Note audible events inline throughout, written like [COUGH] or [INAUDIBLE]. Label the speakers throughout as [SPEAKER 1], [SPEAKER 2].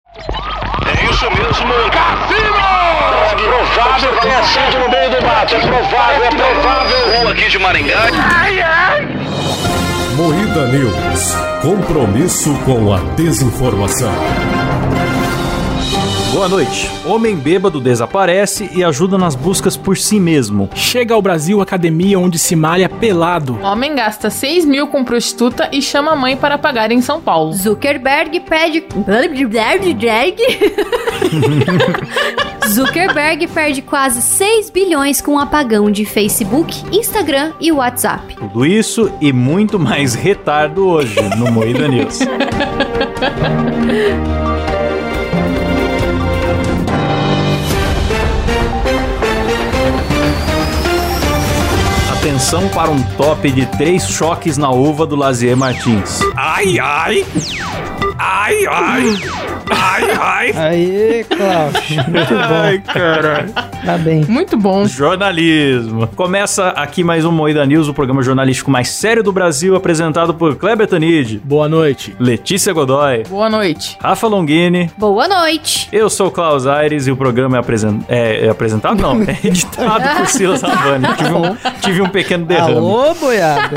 [SPEAKER 1] É mesmo. Cassino! É provável que tenha sido no meio do mato. É provável, é provável. Rua aqui de Maringá. Ai, ai.
[SPEAKER 2] Moída News. Compromisso com a desinformação.
[SPEAKER 3] Boa noite. Homem bêbado desaparece e ajuda nas buscas por si mesmo.
[SPEAKER 4] Chega ao Brasil academia onde se malha pelado.
[SPEAKER 5] Um Homem gasta 6 mil com prostituta e chama a mãe para pagar em São Paulo.
[SPEAKER 6] Zuckerberg pede. [LAUGHS] Zuckerberg perde quase 6 bilhões com o apagão de Facebook, Instagram e WhatsApp.
[SPEAKER 3] Tudo isso e muito mais retardo hoje no Moída News. Atenção para um top de três choques na uva do Lazier Martins.
[SPEAKER 7] Ai, ai! Ai, ai! Ai, ai!
[SPEAKER 8] Aê, Cláudio. Muito bom.
[SPEAKER 3] Ai, caralho.
[SPEAKER 8] Tá bem.
[SPEAKER 5] Muito bom.
[SPEAKER 3] Jornalismo. Começa aqui mais um Moeda News, o programa jornalístico mais sério do Brasil, apresentado por Kleber Tanid,
[SPEAKER 4] Boa noite.
[SPEAKER 3] Letícia Godoy,
[SPEAKER 5] Boa noite.
[SPEAKER 3] Rafa Longini.
[SPEAKER 6] Boa noite.
[SPEAKER 3] Eu sou o Klaus Aires e o programa é, apresen- é- é apresentado? Não,
[SPEAKER 4] [LAUGHS]
[SPEAKER 3] é editado por Silas Havani. Tive um, tive um pequeno derrame.
[SPEAKER 8] Alô,
[SPEAKER 3] [LAUGHS]
[SPEAKER 8] boiada.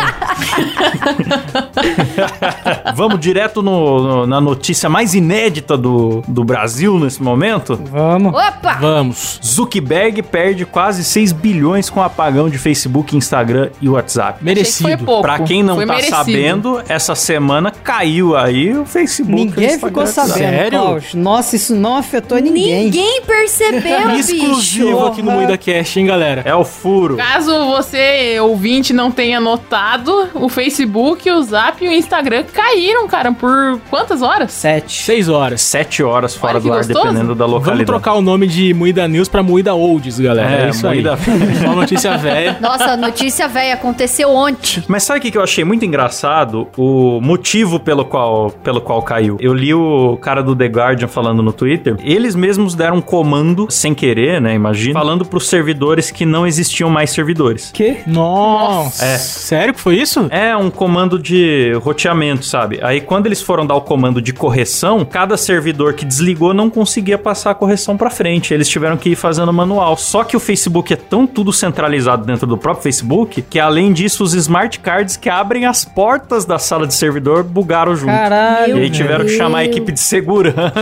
[SPEAKER 3] Vamos direto no- no- na notícia mais inédita do, do Brasil nesse momento.
[SPEAKER 8] Vamos.
[SPEAKER 6] Opa!
[SPEAKER 4] Vamos.
[SPEAKER 3] Zuckerberg perde quase 6 bilhões com o apagão de Facebook, Instagram e WhatsApp.
[SPEAKER 4] Merecido.
[SPEAKER 5] Achei que foi pouco.
[SPEAKER 3] Pra quem não
[SPEAKER 5] Foi
[SPEAKER 3] tá
[SPEAKER 5] merecido.
[SPEAKER 3] sabendo, essa semana caiu aí o Facebook. o
[SPEAKER 8] Ninguém
[SPEAKER 3] Instagram,
[SPEAKER 8] ficou sabendo,
[SPEAKER 4] Sério?
[SPEAKER 8] Cláudio. Nossa, isso não afetou ninguém.
[SPEAKER 4] [LAUGHS]
[SPEAKER 6] percebeu,
[SPEAKER 4] Exclusivo aqui no Moída Cast, hein, galera?
[SPEAKER 3] É o furo.
[SPEAKER 5] Caso você, ouvinte, não tenha notado, o Facebook, o Zap e o Instagram caíram, cara, por quantas horas?
[SPEAKER 8] Sete.
[SPEAKER 4] Seis horas.
[SPEAKER 3] Sete horas fora
[SPEAKER 5] Olha que
[SPEAKER 3] do ar,
[SPEAKER 5] gostoso.
[SPEAKER 3] dependendo da
[SPEAKER 4] Vamos
[SPEAKER 3] localidade.
[SPEAKER 4] trocar o nome de Moída News pra Moída Olds, galera.
[SPEAKER 3] É,
[SPEAKER 4] É, isso aí. [LAUGHS]
[SPEAKER 3] Moída-
[SPEAKER 4] Só notícia velha.
[SPEAKER 6] Nossa, notícia velha aconteceu ontem.
[SPEAKER 3] Mas sabe o que que eu achei muito engraçado? O motivo pelo qual, pelo qual caiu. Eu li o cara do The Guardian falando no Twitter. Eles mesmos deram um comando, sem querer, né? Imagina. Falando pros servidores que não existiam mais servidores.
[SPEAKER 8] Que?
[SPEAKER 4] Nossa.
[SPEAKER 3] É.
[SPEAKER 4] Sério que foi isso?
[SPEAKER 3] É um comando de roteamento, sabe? Aí quando eles foram dar o comando de correção, cada servidor que desligou não conseguia passar a correção pra frente. Eles tiveram que ir fazendo manual. Só que o Facebook é tão tudo centralizado dentro do próprio Facebook que além disso os smart cards que abrem as portas da sala de servidor bugaram junto.
[SPEAKER 8] Caralho.
[SPEAKER 3] E aí tiveram que
[SPEAKER 6] Meu
[SPEAKER 3] chamar a
[SPEAKER 6] Deus.
[SPEAKER 3] equipe de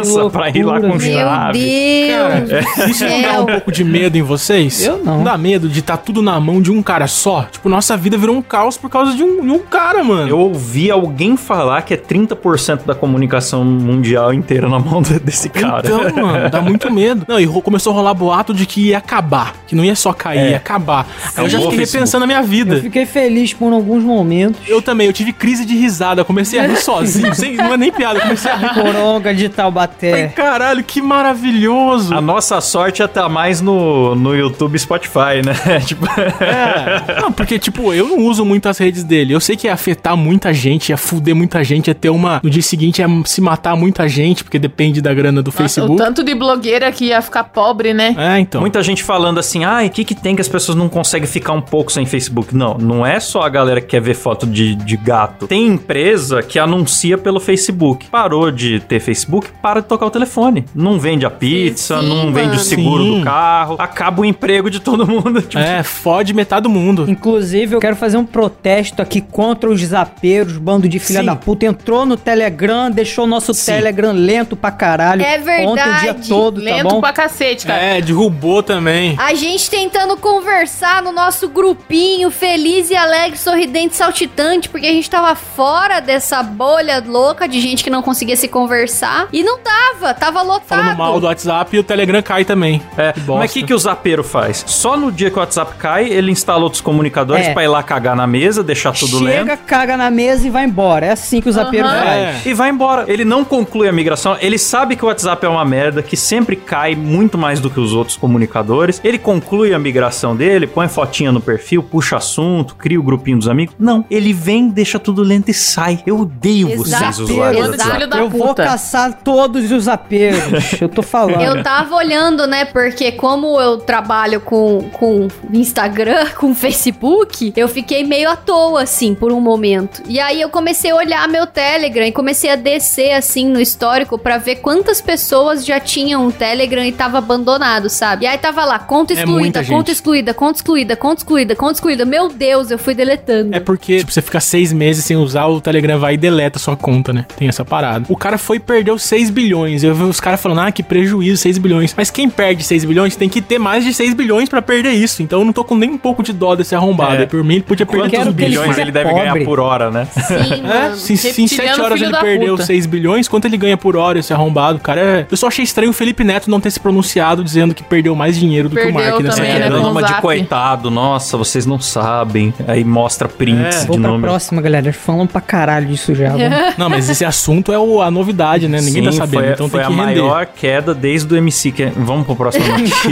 [SPEAKER 3] segurança
[SPEAKER 8] Que
[SPEAKER 3] pra ir lá com
[SPEAKER 8] loucura,
[SPEAKER 6] Meu
[SPEAKER 3] chave. É.
[SPEAKER 6] Deus.
[SPEAKER 3] [LAUGHS]
[SPEAKER 4] Isso não dá
[SPEAKER 6] Meu.
[SPEAKER 4] um pouco de medo em vocês?
[SPEAKER 8] Eu não.
[SPEAKER 4] Não dá medo de estar tudo na mão de um cara só? Tipo, nossa vida virou um caos por causa de um, de um cara, mano.
[SPEAKER 3] Eu ouvi alguém falar que é 30% da comunicação mundial inteira na mão de- desse cara.
[SPEAKER 4] Então, mano, dá muito medo. Não, e ro- começou a rolar boato de que ia acabar. Que não ia só cair,
[SPEAKER 3] É.
[SPEAKER 4] ia acabar. Aí
[SPEAKER 3] Acabou
[SPEAKER 4] eu já
[SPEAKER 3] o
[SPEAKER 4] fiquei
[SPEAKER 3] Facebook.
[SPEAKER 4] repensando a minha
[SPEAKER 8] Eu
[SPEAKER 4] vida.
[SPEAKER 8] fiquei feliz por alguns momentos.
[SPEAKER 4] Eu também, eu tive crise de risada. Eu comecei
[SPEAKER 3] [LAUGHS]
[SPEAKER 4] a rir sozinho, sem, não é nem piada. Eu comecei a rir.
[SPEAKER 8] Coronga de
[SPEAKER 3] É.
[SPEAKER 4] Falei,
[SPEAKER 8] Taubaté.
[SPEAKER 4] Caralho, que maravilhoso.
[SPEAKER 3] A nossa sorte é tá mais no, no YouTube e Spotify, né? [LAUGHS] tipo,
[SPEAKER 4] É. Não, porque, tipo, eu não uso muito as redes dele. Eu sei que ia afetar muita gente, ia fuder muita gente, ia ter uma. No dia seguinte ia se matar muita gente, porque depende da grana
[SPEAKER 3] Ah,
[SPEAKER 4] do
[SPEAKER 5] O
[SPEAKER 3] tá-
[SPEAKER 4] Facebook.
[SPEAKER 5] tanto de blogueira que ia ficar pobre, né?
[SPEAKER 4] É, então.
[SPEAKER 3] muita gente falando assim, ai, o que, que tem que as pessoas não conseguem ficar um pouco sem Facebook? Não, não é só a galera que quer ver foto de, de gato. Tem empresa que anuncia pelo Facebook. Parou de ter Facebook, para de tocar o telefone. Não vende a pizza,
[SPEAKER 6] sim,
[SPEAKER 3] não vende
[SPEAKER 6] mano.
[SPEAKER 3] o seguro
[SPEAKER 4] Sim.
[SPEAKER 3] do carro, acaba o emprego de todo mundo. [LAUGHS] Tipo,
[SPEAKER 4] É, fode metade do mundo.
[SPEAKER 8] Inclusive, eu quero fazer um protesto aqui contra os zapeiros, bando de filha
[SPEAKER 3] Sim.
[SPEAKER 8] da puta. Entrou no Telegram, deixou o nosso
[SPEAKER 3] Sim.
[SPEAKER 8] Telegram lento pra caralho.
[SPEAKER 6] É verdade.
[SPEAKER 8] Ontem o dia todo,
[SPEAKER 5] Lento
[SPEAKER 8] tá bom?
[SPEAKER 5] pra cacete, cara.
[SPEAKER 4] É, derrubou também.
[SPEAKER 6] A gente tentando conversar no nosso grupinho, feliz e alegre, sorridente, saltitante, porque a gente tava fora dessa bolha louca de gente que não conseguia se conversar. E não tava, tava lotado.
[SPEAKER 4] Falando mal do WhatsApp e o Telegram cai também.
[SPEAKER 3] É,
[SPEAKER 4] bosta.
[SPEAKER 3] mas o que, que o zapeiro faz? Só no dia que o WhatsApp cai, ele instala outros comunicadores
[SPEAKER 8] É.
[SPEAKER 3] pra ir lá cagar na mesa, deixar tudo lento.
[SPEAKER 8] Chega, caga na mesa e vai embora. É assim que o zapeiro
[SPEAKER 5] Aham.
[SPEAKER 8] faz.
[SPEAKER 3] E vai embora. É. Ele não conclui a migração. Ele sabe que o WhatsApp é uma merda, que sempre cai muito mais do que os outros comunicadores. Ele conclui a migração dele, põe fotinha no perfil, puxa assunto, cria o grupinho dos amigos. Não, ele vem, deixa tudo lento e sai. Eu odeio vocês,
[SPEAKER 6] Exato.
[SPEAKER 3] usuários do
[SPEAKER 5] Bando de
[SPEAKER 3] WhatsApp.
[SPEAKER 5] filho da
[SPEAKER 8] Eu vou
[SPEAKER 5] puta.
[SPEAKER 8] caçar todos os apegos. eu tô falando.
[SPEAKER 3] É,
[SPEAKER 6] Eu tava olhando, né? Porque como eu trabalho com, [LAUGHS] com Instagram, com Facebook, eu fiquei meio à toa, assim, por um momento. E aí eu comecei a olhar meu Telegram e comecei a descer assim no histórico pra ver quantas pessoas já tinham um Telegram e tava abandonado, sabe? E aí tava lá, conta
[SPEAKER 4] É
[SPEAKER 6] excluída,
[SPEAKER 4] muita gente.
[SPEAKER 6] conta excluída, conta excluída, conta excluída, conta excluída. Meu Deus, eu fui deletando.
[SPEAKER 4] É porque, tipo, você fica seis meses sem usar, o Telegram vai e deleta a sua conta, né? Tem essa parada. O cara foi e perdeu 6 bilhões. Eu vi os caras falando, ah, que prejuízo, 6 bilhões. Mas quem perde 6 bilhões tem que ter mais de 6 bilhões pra perder isso. Então eu não tô com nem um pouco de dó desse arrombado.
[SPEAKER 3] É.
[SPEAKER 4] Por mim, ele podia perder
[SPEAKER 8] Quero
[SPEAKER 4] todos os
[SPEAKER 8] que ele
[SPEAKER 4] bilhões.
[SPEAKER 3] Bilhões
[SPEAKER 8] fizer
[SPEAKER 3] ele deve
[SPEAKER 8] pobre.
[SPEAKER 3] ganhar por hora, né?
[SPEAKER 6] Assim,
[SPEAKER 5] Sim,
[SPEAKER 4] [LAUGHS] É,
[SPEAKER 5] mano.
[SPEAKER 4] se, se em
[SPEAKER 5] Reptiliano,
[SPEAKER 4] 7 horas
[SPEAKER 5] filho
[SPEAKER 4] ele
[SPEAKER 5] da
[SPEAKER 4] perdeu
[SPEAKER 5] puta.
[SPEAKER 4] 6 bilhões, quanto ele ganha por hora esse arrombado? Cara, é- eu só achei estranho o Felipe Neto não ter se pronunciado dizendo que perdeu mais dinheiro do que o
[SPEAKER 5] Perdeu
[SPEAKER 4] Mark nessa
[SPEAKER 5] também,
[SPEAKER 4] queda.
[SPEAKER 3] É,
[SPEAKER 5] né?
[SPEAKER 3] dando
[SPEAKER 5] com o
[SPEAKER 3] uma de
[SPEAKER 5] zap.
[SPEAKER 3] coitado, nossa, vocês não sabem. Aí mostra prints de
[SPEAKER 8] É. Vou pra
[SPEAKER 3] nome.
[SPEAKER 8] próxima, galera. Falam pra caralho disso já. vamos.
[SPEAKER 6] [LAUGHS]
[SPEAKER 4] Não, mas esse assunto é o- a novidade, né? Ninguém tá
[SPEAKER 3] Sim,
[SPEAKER 4] sabendo,
[SPEAKER 3] foi,
[SPEAKER 4] então
[SPEAKER 3] foi
[SPEAKER 4] tem que
[SPEAKER 3] a
[SPEAKER 4] render.
[SPEAKER 3] maior queda desde o MC. Que é- Vamos pro próximo notícia.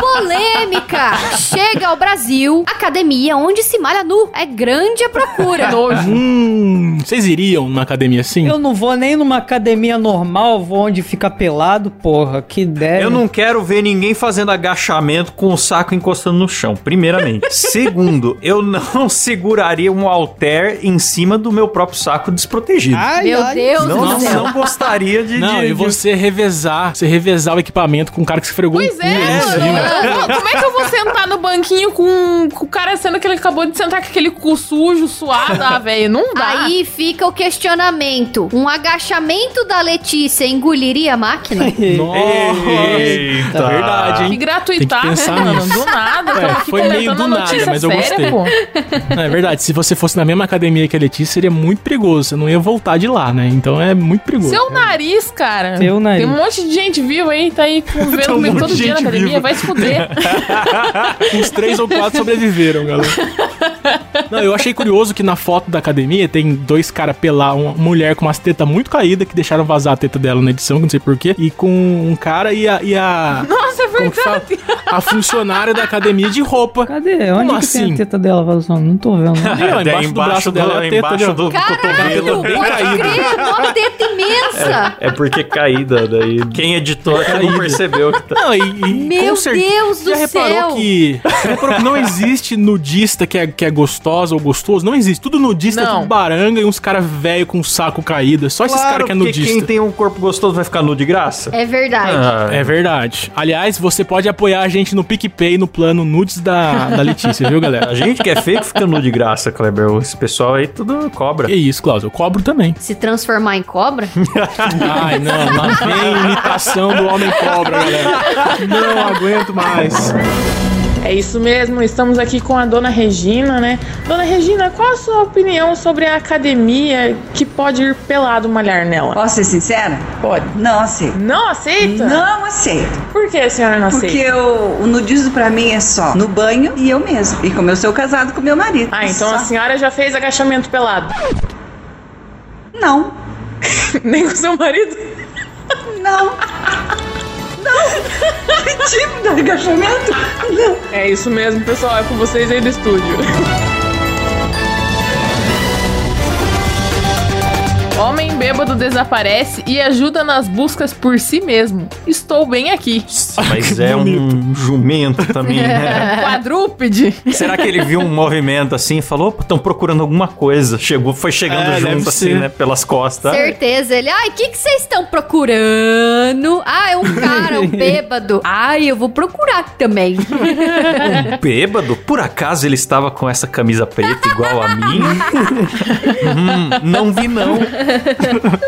[SPEAKER 6] Polêmica! Chega ao Brasil, academia onde se malha nu. É grande a procura.
[SPEAKER 5] Nojo.
[SPEAKER 4] Hum, vocês iriam na academia assim?
[SPEAKER 8] Eu não vou nem numa academia normal, vou onde fica pelado, porra. Que ideia.
[SPEAKER 3] Eu não quero ver ninguém fazendo agachamento com o saco encostando no chão, [LAUGHS] primeiramente. Segundo, eu não seguraria um halter em cima do meu próprio saco desprotegido.
[SPEAKER 4] Ah,
[SPEAKER 8] Ai,
[SPEAKER 6] Meu
[SPEAKER 8] ai.
[SPEAKER 6] Deus
[SPEAKER 3] não,
[SPEAKER 6] do céu.
[SPEAKER 3] não gostaria de...
[SPEAKER 4] Não,
[SPEAKER 3] de-
[SPEAKER 4] e você revezar, você revezar o equipamento com um cara que se fregou
[SPEAKER 5] Pois
[SPEAKER 4] um
[SPEAKER 5] é,
[SPEAKER 4] cu,
[SPEAKER 5] mano.
[SPEAKER 4] né?
[SPEAKER 5] Eu- eu- Como é que eu vou sentar no banquinho com, com o cara sendo que ele acabou de sentar com aquele cu sujo, suado, ah, velho? Não dá.
[SPEAKER 6] Aí fica o questionamento. Um agachamento da Letícia engoliria a máquina? [LAUGHS]
[SPEAKER 3] Eita.
[SPEAKER 4] Nossa, É verdade,
[SPEAKER 5] que
[SPEAKER 4] hein?
[SPEAKER 5] gratuitar,
[SPEAKER 4] Tem que pensar
[SPEAKER 5] né, mano?
[SPEAKER 4] nisso.
[SPEAKER 5] Do nada.
[SPEAKER 4] É,
[SPEAKER 5] tamo aqui
[SPEAKER 4] foi meio
[SPEAKER 5] comentando
[SPEAKER 4] do
[SPEAKER 5] a
[SPEAKER 4] nada,
[SPEAKER 5] notícia
[SPEAKER 4] mas eu
[SPEAKER 5] séria,
[SPEAKER 4] gostei.
[SPEAKER 5] pô.
[SPEAKER 4] Não, é verdade, se você fosse na mesma academia que a Letícia, seria muito perigoso, você não ia voltar de lá, né? Então é muito perigoso.
[SPEAKER 5] Seu nariz, cara.
[SPEAKER 8] Seu nariz.
[SPEAKER 5] Tem um monte de gente viva aí, tá aí
[SPEAKER 4] [LAUGHS] Tem
[SPEAKER 5] convivendo
[SPEAKER 4] um
[SPEAKER 5] comigo
[SPEAKER 4] monte
[SPEAKER 5] todo
[SPEAKER 4] de
[SPEAKER 5] dia na
[SPEAKER 4] gente
[SPEAKER 5] academia.
[SPEAKER 4] viva.
[SPEAKER 5] Vai se
[SPEAKER 4] [LAUGHS]
[SPEAKER 5] fuder.
[SPEAKER 4] Uns três ou quatro sobreviveram, galera. Não, eu achei curioso que na foto da academia tem dois caras pelar, uma mulher com umas tetas muito caídas que deixaram vazar a teta dela na edição, que não sei porquê, e com um cara e a. E a
[SPEAKER 5] Nossa, é
[SPEAKER 4] como que fala?
[SPEAKER 5] verdade.
[SPEAKER 4] A funcionária da academia de roupa.
[SPEAKER 8] Cadê? Onde
[SPEAKER 4] Como
[SPEAKER 8] que tem
[SPEAKER 4] assim?
[SPEAKER 8] a teta dela, Valzão? Não tô
[SPEAKER 3] [LAUGHS]
[SPEAKER 8] vendo.
[SPEAKER 4] Ali, ó,
[SPEAKER 3] Daí
[SPEAKER 4] embaixo, do braço dela é a teta. ali,
[SPEAKER 3] É, embaixo
[SPEAKER 4] ó.
[SPEAKER 3] do
[SPEAKER 6] Caralho,
[SPEAKER 3] cotovelo.
[SPEAKER 6] pode
[SPEAKER 4] bem caído.
[SPEAKER 6] crer, uma teta imensa.
[SPEAKER 3] É porque é caída daí. Quem editou aqui não percebeu que tá.
[SPEAKER 4] Não, e, e
[SPEAKER 6] Meu
[SPEAKER 4] com certeza-
[SPEAKER 6] Deus do
[SPEAKER 4] já
[SPEAKER 6] céu.
[SPEAKER 4] reparou que já reparou que não existe nudista que é, que é gostosa ou gostoso? Não existe. Tudo nudista é
[SPEAKER 5] Não.
[SPEAKER 4] tudo baranga e uns caras velho com saco caído. É só esses caras que
[SPEAKER 3] porque
[SPEAKER 4] é nudista.
[SPEAKER 3] quem tem um corpo gostoso vai ficar nu de graça?
[SPEAKER 6] É verdade.
[SPEAKER 3] Ah,
[SPEAKER 4] É verdade. Aliás, você pode apoiar a gente no PicPay, no plano nudes da, da Letícia, viu,
[SPEAKER 3] A
[SPEAKER 4] galera?
[SPEAKER 3] gente que é feio que fica nu de graça, Kleber. Esse pessoal aí tudo cobra.
[SPEAKER 4] Que isso, Cláudio? Eu
[SPEAKER 3] [LAUGHS]
[SPEAKER 4] cobro também.
[SPEAKER 6] Se transformar em cobra?
[SPEAKER 4] Ai, não, lá vem imitação do homem cobra, galera. Não aguento mais.
[SPEAKER 9] É isso mesmo, estamos aqui com a dona Regina, né? Dona Regina, qual a sua opinião sobre a academia que pode ir pelado malhar nela?
[SPEAKER 10] Posso ser sincera?
[SPEAKER 9] Pode.
[SPEAKER 10] Não aceito.
[SPEAKER 9] Não aceita?
[SPEAKER 10] Não aceito.
[SPEAKER 9] Por que a senhora não
[SPEAKER 10] Porque
[SPEAKER 9] aceita?
[SPEAKER 10] eu, o nudismo pra mim é só no banho e eu mesmo. E como eu sou casado com meu marido.
[SPEAKER 9] Ah, então
[SPEAKER 10] Só-
[SPEAKER 9] a senhora já fez agachamento pelado. [LAUGHS]
[SPEAKER 10] Não.
[SPEAKER 9] Nem com seu marido?
[SPEAKER 10] Não. [LAUGHS] Não. Que tipo de agachamento? Não.
[SPEAKER 9] É isso mesmo, pessoal. É com vocês aí do estúdio.
[SPEAKER 5] Homem bêbado desaparece e ajuda nas buscas por si mesmo. Estou bem aqui.
[SPEAKER 9] [LAUGHS]
[SPEAKER 3] Mas é um jumento também, né?
[SPEAKER 5] [LAUGHS] Quadrúpede.
[SPEAKER 3] Será que ele viu um movimento assim e falou, opa, estão procurando alguma coisa? Chegou, foi chegando
[SPEAKER 4] É,
[SPEAKER 3] junto
[SPEAKER 4] deve
[SPEAKER 3] assim,
[SPEAKER 4] ser.
[SPEAKER 3] né? Pelas costas.
[SPEAKER 6] Certeza. Ele, ai, o que que vocês estão procurando? Ah, é um cara, [LAUGHS] um bêbado. Ai, eu vou procurar [LAUGHS] também.
[SPEAKER 3] Um bêbado? Por acaso ele estava com essa camisa preta igual a minha? Hum, não vi não.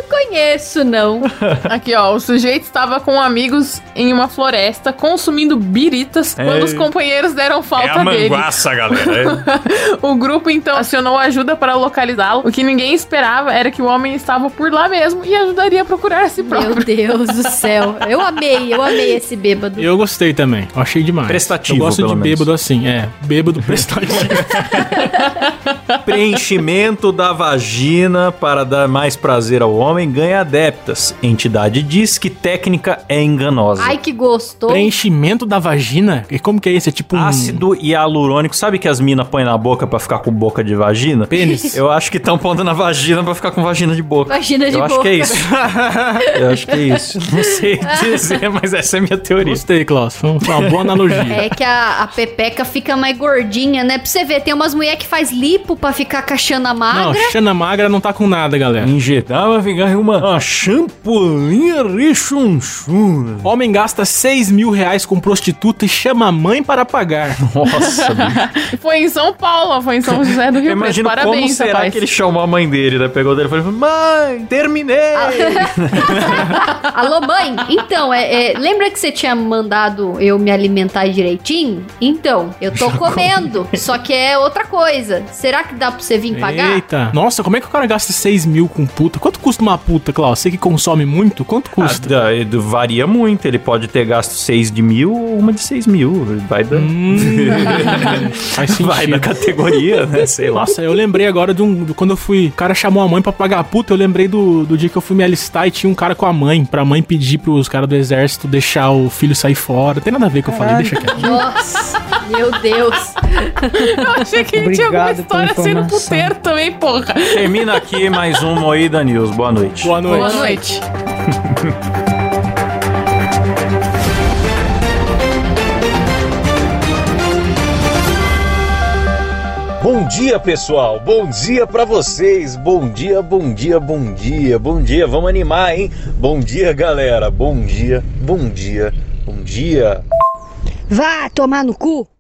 [SPEAKER 6] Conheço, não.
[SPEAKER 5] Aqui, ó. O sujeito estava com amigos em uma floresta consumindo biritas quando os companheiros deram
[SPEAKER 3] É
[SPEAKER 5] falta dele.
[SPEAKER 7] galera.
[SPEAKER 5] O grupo então acionou ajuda para localizá-lo. O que ninguém esperava era que o homem estava por lá mesmo e ajudaria a procurar a si próprio.
[SPEAKER 6] Meu Deus do céu. Eu amei, eu amei esse bêbado.
[SPEAKER 4] Eu gostei também. Eu achei demais.
[SPEAKER 3] Prestativo,
[SPEAKER 4] Eu gosto
[SPEAKER 3] pelo
[SPEAKER 4] de
[SPEAKER 3] menos.
[SPEAKER 4] bêbado assim. É, bêbado
[SPEAKER 6] [LAUGHS]
[SPEAKER 4] prestativo.
[SPEAKER 3] É Preenchimento da vagina para dar mais prazer ao homem ganha adeptas. Entidade diz que técnica é enganosa.
[SPEAKER 6] Ai, que gostoso.
[SPEAKER 4] Preenchimento da vagina? E como que é isso? É tipo um...
[SPEAKER 3] Ácido hialurônico, sabe que as minas põem na boca pra ficar com boca de vagina?
[SPEAKER 4] Pênis.
[SPEAKER 3] Eu acho que estão pondo na vagina pra ficar com vagina de boca.
[SPEAKER 6] Vagina de
[SPEAKER 3] Eu acho que é
[SPEAKER 6] boca.
[SPEAKER 3] isso. Eu acho que é isso. [LAUGHS] Não
[SPEAKER 6] [LAUGHS]
[SPEAKER 3] sei dizer, mas essa é a minha teoria.
[SPEAKER 4] Gostei, Klaus. Foi uma boa analogia.
[SPEAKER 6] É que a, a pepeca fica mais gordinha, né? Pra você ver, tem umas mulheres que faz lipo pra ficar com a Xana
[SPEAKER 4] Não,
[SPEAKER 6] magra.
[SPEAKER 4] Xana Magra não tá com nada, galera.
[SPEAKER 3] Injetar vai ficar uma, uma champolinha rechonchuna.
[SPEAKER 4] Homem gasta 6 mil reais com prostituta e chama a mãe para pagar.
[SPEAKER 3] [LAUGHS] Nossa, bicho.
[SPEAKER 5] Foi em São Paulo, foi em São José
[SPEAKER 3] [LAUGHS]
[SPEAKER 5] do
[SPEAKER 3] Eu
[SPEAKER 5] Rio Preto.
[SPEAKER 3] imagino
[SPEAKER 5] Parabéns,
[SPEAKER 3] como será
[SPEAKER 5] rapaz.
[SPEAKER 3] que ele chamou a mãe dele, né? Pegou dele e falou, mãe, terminei.
[SPEAKER 6] Ah.
[SPEAKER 3] [LAUGHS]
[SPEAKER 6] Alô, mãe? Então, é, é, lembra que você tinha mandado eu me alimentar direitinho? Então, eu tô comendo, só que é outra coisa. Será que dá pra você vir pagar?
[SPEAKER 4] Eita. Nossa, como é que o cara gasta 6 mil com puta? Quanto custa uma puta, Klaus? Você que consome muito, quanto custa?
[SPEAKER 3] Ah, da- do- varia muito. Ele pode ter gasto 6 de mil ou uma de 6 mil. Vai da,
[SPEAKER 4] Hum.
[SPEAKER 3] [LAUGHS]
[SPEAKER 4] Faz sentido.
[SPEAKER 3] vai da categoria, né? Sei [LAUGHS] lá.
[SPEAKER 4] Nossa, eu lembrei agora de um. do- quando eu fui. O cara chamou a mãe pra pagar a puta. Eu lembrei do, do dia que eu fui me alistar e tinha um cara com a mãe. Pra mãe pedir pros caras do exército deixar o filho sair fora. Tem nada a ver com o que eu falei, deixa quieto.
[SPEAKER 6] Nossa, meu Deus.
[SPEAKER 5] Eu achei [LAUGHS] que ele tinha alguma
[SPEAKER 8] Obrigado pela
[SPEAKER 5] história assim no
[SPEAKER 8] informação.
[SPEAKER 5] puteiro também, porra.
[SPEAKER 3] Termina aqui mais um Moída News. Boa noite.
[SPEAKER 4] Boa noite.
[SPEAKER 5] Boa noite.
[SPEAKER 11] Bom dia, pessoal. Bom dia pra vocês. Bom dia, bom dia, bom dia, bom dia. Vamos animar, hein? Bom dia, galera. Bom dia, bom dia, bom dia.
[SPEAKER 12] Vá tomar no cu.